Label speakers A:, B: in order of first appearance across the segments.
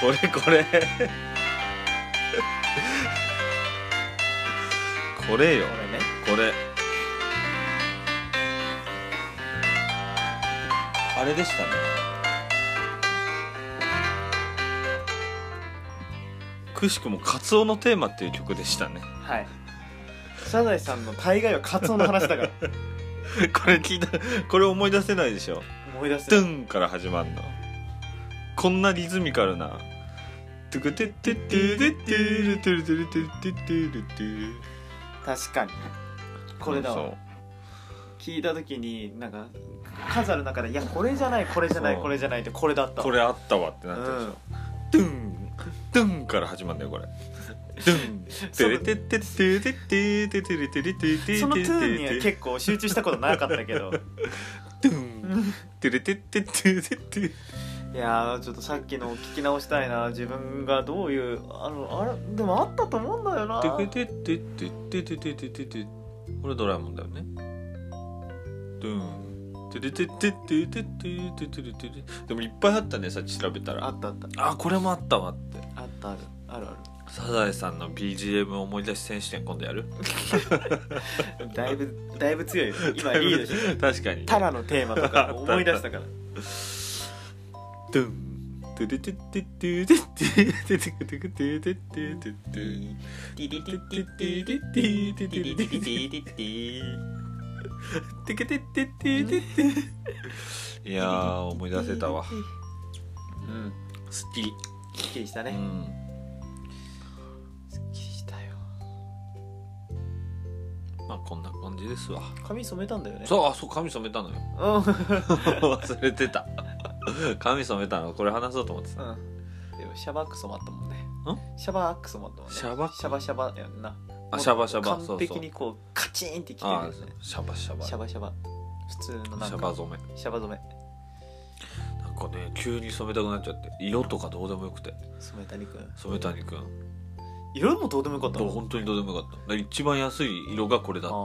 A: これこれこれよ
B: これね
A: これ
B: あれでしたね
A: くしくも「カツオのテーマ」っていう曲でしたね
B: はいサザエさんの大概はカツオの話だか ら
A: これ聞いたこれ思い出せないでしょ
B: 思い出す
A: ドゥンから始まるのこんなリズミカルなトゥクテッテッテュルテュルテュルテュルテュルテュルテュルテュル
B: 確かにこれだ
A: そ
B: わ
A: う
B: 聞いた時になんか数ある中で「いやこれじゃないこれじゃない
A: そう
B: これじゃない」ってこれだったわ
A: これあったわってなったでしょ、ドゥンドゥンから始まるんだよこれドゥン
B: そ
A: テ
B: の
A: レテテテテテテテレテレテ
B: う
A: テ
B: ん、そのトゥーンには
A: テ
B: 結構集中したことなかった けど
A: ドゥンテレテテテテテ
B: いやーちょっとさっきのを聞き直したいな自分がどういうあのあれでもあったと思うんだよな
A: テテテテテテテテテこれドラえもんだよねドゥンテレテテテテテテテテでもいっぱいあったねさっき調べた
B: あ
A: ら
B: ったあった
A: あこれもあったわって
B: あったあるある
A: サザエさんの BGM 思い出し選手権今度やる
B: あるだいぶだいぶ強いよ今い いでしょ
A: 確かに
B: タラのテーマとか思い出したから
A: ドゥンドゥルテッテッテュテッテッテテクテクテュテッテッテッテュ
B: ティティ
A: テ
B: テ
A: ッ
B: ィ
A: テッ
B: ティ
A: テ
B: テ
A: ィ
B: ィ
A: テッテ
B: ティテ
A: ィ
B: ィ
A: テ
B: テ
A: ッティテッティティ
B: ィティティティティ
A: テクテッテッティテッテいやー思い出せたわ
B: うん
A: すっきり
B: すっきりした
A: う
B: ね
A: ん
B: すっきりしたよ
A: まあこんな感じですわ
B: 髪染めたんだよね
A: そうあそう髪染めたのよ
B: うん
A: 忘れてた髪染めたのこれ話そうと思ってた
B: うんでもシャバックソもあったもんね
A: ん
B: シャバックソもあったもんね
A: シャバック
B: シャバシャバやんな
A: あシャバシャバそうそ
B: 完
A: う
B: 璧にこうカチーンってきてるよ
A: あ
B: ね
A: シャバシャバシ
B: シャバシャバ普通のな
A: ャ
B: んか
A: バ染め
B: シャバ染め
A: なんかね急に染めたくなっちゃって色とかどうでもよくて
B: 染谷くん
A: 染谷くん
B: 色もどうでもよかった
A: どう
B: もん
A: 本当にどうでもよかっただから一番安い色がこれだった
B: あ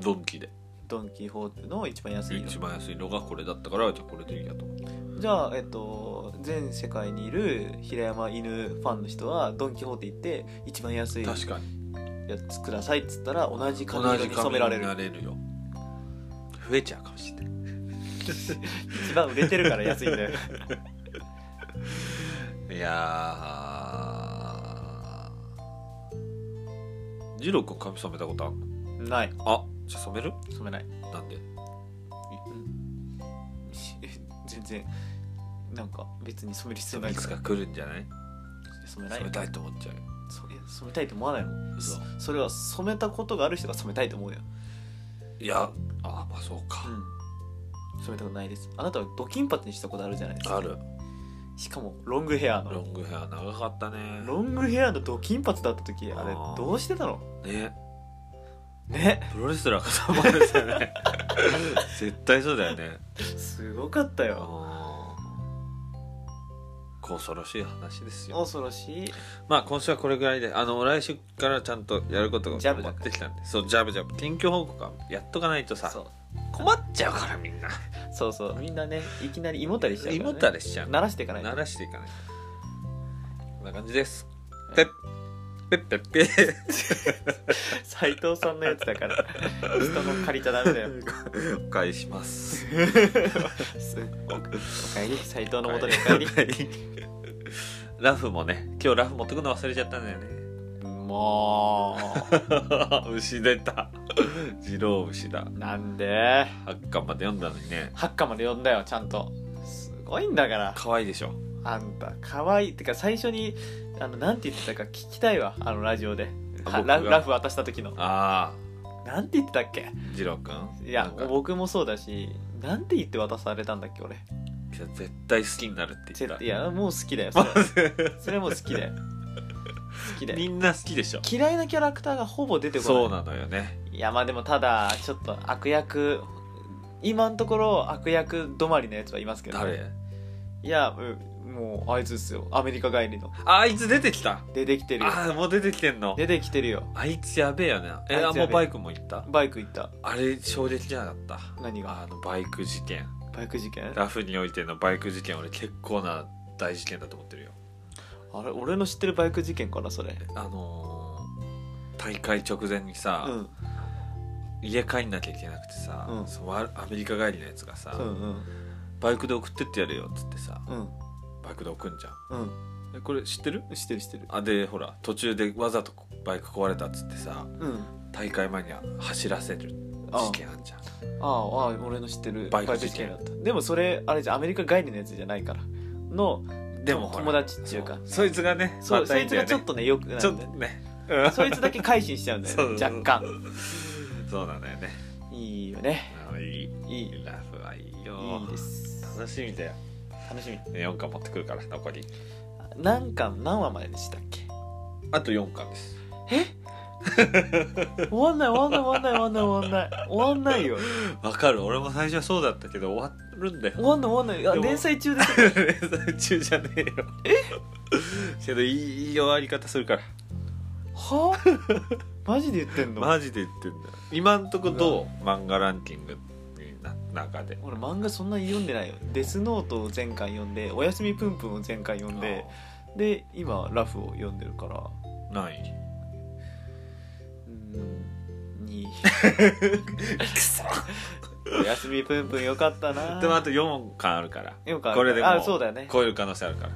A: ドンキで
B: ードン・キホーテの一番安い
A: 一
B: 色
A: 番安い色がこれだったからじゃあこれでいいやと思って
B: じゃあえっと全世界にいる平山犬ファンの人はドン・キホーテ行って一番安いや
A: 確かに
B: つくださいっつったら同じ
A: 同
B: 髪色
A: じ
B: に染められ
A: に
B: る
A: なれるよ増えちゃうかもしれない
B: 一番売れてるから安い んだよ
A: いやージロー君髪染めたことある
B: ない
A: あじゃあ染める
B: 染めない
A: なんで
B: し全然なんか別に染める必要ない
A: い
B: か
A: つ
B: ら
A: か来るんじゃない
B: 染めな
A: 染
B: いよ
A: めたいと思っちゃうよ
B: それ染めたいと思わないもん
A: 嘘
B: そそれは染めたことがある人が染めたいと思うよ、
A: いやあまあそうか、
B: 染めたことないですあなたはドキンパチにしたことあるじゃないですか
A: ある
B: しかもロングヘア
A: ロ
B: の
A: ングヘア長かったね
B: ロングヘアのドキンパチだった時あれ
A: あー
B: どうしてたの
A: ね
B: ね
A: プロレスラーかと思われたね 絶対そうだよね
B: すごかったよ
A: あー恐ろしい話ですよ
B: 恐ろしい
A: まあ今週はこれぐらいであの来週からちゃんとやることが
B: ジャブ
A: 決ま
B: だか
A: っ
B: ら
A: てきたんでそうジャブジャブ近況報告はやっとかないとさ
B: そう
A: 困っちゃうからみんな
B: そうそうみんなねいきなり胃もたりしちゃう
A: 胃
B: から、ね、
A: もたれしちゃう
B: 鳴らしていかないと
A: 慣らしていかないとこんな感じですペッペッペッペッ
B: 斉藤さんのやつだから人の借りちゃダメだよ
A: お返します
B: おおかえり斉藤のもとにおかえり
A: はいラフもね今日ラフ持ってくの忘れちゃったんだよね
B: も
A: 牛出た二郎牛だ
B: うなんで
A: 八巻まで読んだのにね
B: ハッカまで呼んだよちゃんとすごいんだから
A: 可愛いでしょ
B: あんた可愛いってか最初にあのなんて言ってたか聞きたいわあのラジオで
A: あ
B: は
A: 僕が
B: ラフラフ渡した時の
A: ああ
B: なんて言ってたっけ
A: 二郎くん
B: い
A: な
B: や
A: んか
B: 僕もそうだしなんて言って渡されたんだっけ俺
A: 絶対好きになるって言っ
B: 絶
A: た
B: 対いやもう好きだ よそれ それもう好きだよ好きだ
A: み
B: よ
A: んな好きでしょ
B: 嫌いなキャラクターがほぼ出てこない
A: そうなのよね
B: いやまあでもただちょっと悪役今のところ悪役止まりのやつはいますけど、
A: 誰
B: いやうもうあいつですよアメリカ帰りの
A: あいつ出てきた
B: 出てきてるよ
A: ああもう出てきてんの
B: 出てきてるよ
A: あいつやべえよねえ
B: あ
A: あ
B: いつ
A: も
B: やべえ
A: うバイクも行った
B: バイク行った
A: あれ衝撃じゃなかった
B: 何が
A: あのバイク事件
B: バイク事件
A: ラフにおいてのバイク事件俺結構な大事件だと思ってるよ
B: あれ俺の知ってるバイク事件かなそれ
A: あのー大会直前にさ、
B: うん
A: 家帰んなきゃいけなくてさ、
B: うん
A: そのアアメリカ帰りのやつがさ、
B: うんうん
A: バイクで送ってってやるよっつってさ
B: うん
A: バイクで送んじゃ
B: うん
A: んえこれ知ってる
B: 知ってる知ってる
A: あでほら途中でわざとバイク壊れたっつってさ
B: うん
A: 大会前には走らせる
B: あ
A: 事件あんじゃん
B: あああ俺の知ってる
A: バイク事件
B: バイクだったでもそれあれじゃんアメリカ帰りのやつじゃないからの
A: でもほら
B: 友達っていうか
A: そそいつがね
B: そう、
A: また
B: そ
A: いい
B: い
A: ん
B: つ
A: だよね
B: がちょっとねよくないん
A: ち
B: だ
A: ょ
B: よ
A: っと
B: ね
A: ね
B: そいつだけ改心しちゃうんだよね
A: そう
B: 若干
A: そうだねね
B: いいよね
A: あいい
B: いい
A: ラフはいいよ
B: いいです
A: 楽しみだよ
B: 楽しみ
A: 4巻持ってくるから残り
B: 何巻何話まででしたっけ
A: あと4巻です
B: 終わんない終わんない終わんない終わんない終わんない終わんないよ
A: わかる俺も最初はそうだったけど終わるんだ
B: 終
A: よ
B: わんない終わんないあ
A: でも
B: 連載中です
A: 連載中じゃねえよえ けどいいいい終わり方するから
B: は マジで言ってんの
A: マジで言ってんだよ今んとこどう漫画ランキングの中で
B: 俺漫画そんなに読んでないよデスノートを前回読んでおやすみぷんぷんを前回読んでで今ラフを読んでるから
A: 何位
B: うん に
A: くそ
B: おやすみぷんぷんよかったな
A: でもあと4巻あるから
B: よかった
A: これでもう
B: あそうだよね
A: 超える可能性あるから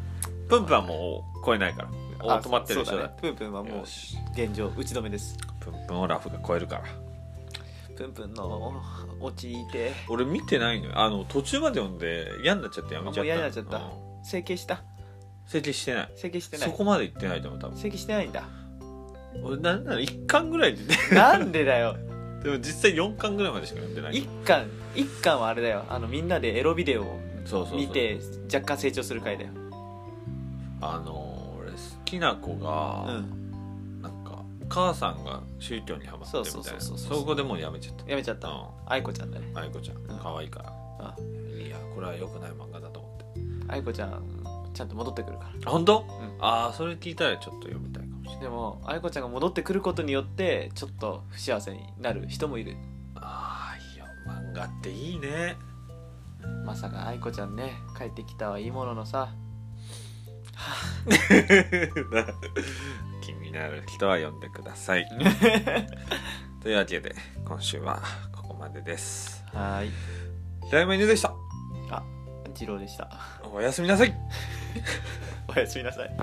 A: プンプンはもう超えないから
B: あ
A: 止まってるでし
B: そ
A: ょ
B: う
A: だ
B: だ
A: っ
B: ねぷんぷんは
A: て
B: もう
A: よし
B: 現状打ち止めです
A: プンプンをラフが超えるから
B: ぷんぷんの落ちいて
A: 俺見てないのよあの途中まで読んで嫌になっちゃってやめちゃった
B: あもう嫌になっちゃった
A: うん
B: 整形した
A: 整形してない
B: 整形してな
A: そ
B: い
A: こまで行ってないと思う多分
B: 整形してないんだ
A: 俺なんなら1巻ぐらいでね
B: なんでだよ
A: でも実際4巻ぐらいまでしか読んでない
B: 一巻一巻はあれだよあのみんなでエロビデオを
A: そうそうそう
B: 見て若干成長する回だよ
A: あの俺好きな子
B: う
A: が、
B: ん
A: なんかお母さんが宗教にハマってみたい
B: そうそう
A: な
B: そうそう
A: そこでもうやめちゃった
B: やめちゃった
A: うん
B: 愛子ちゃんだね
A: 愛子ちゃん
B: ん
A: 可愛いから、
B: あ
A: いやこれは良くない漫画だと思って
B: 愛子ちゃんちゃんと戻ってくるか
A: 本当、
B: ん
A: ああそれ聞いたらちょっと読みたいかもしれない
B: らでも愛子ちゃんが戻ってくることによってちょっと不幸せになる人もいる
A: ああいいよ漫画っていいね
B: まさか愛子ちゃんね帰ってきたはいいもののさ
A: 気になる人は読んでくださいというわけで今週はここまでです
B: はーい
A: 平山犬でした
B: 次郎でした
A: おやすみなさい
B: おやすみなさい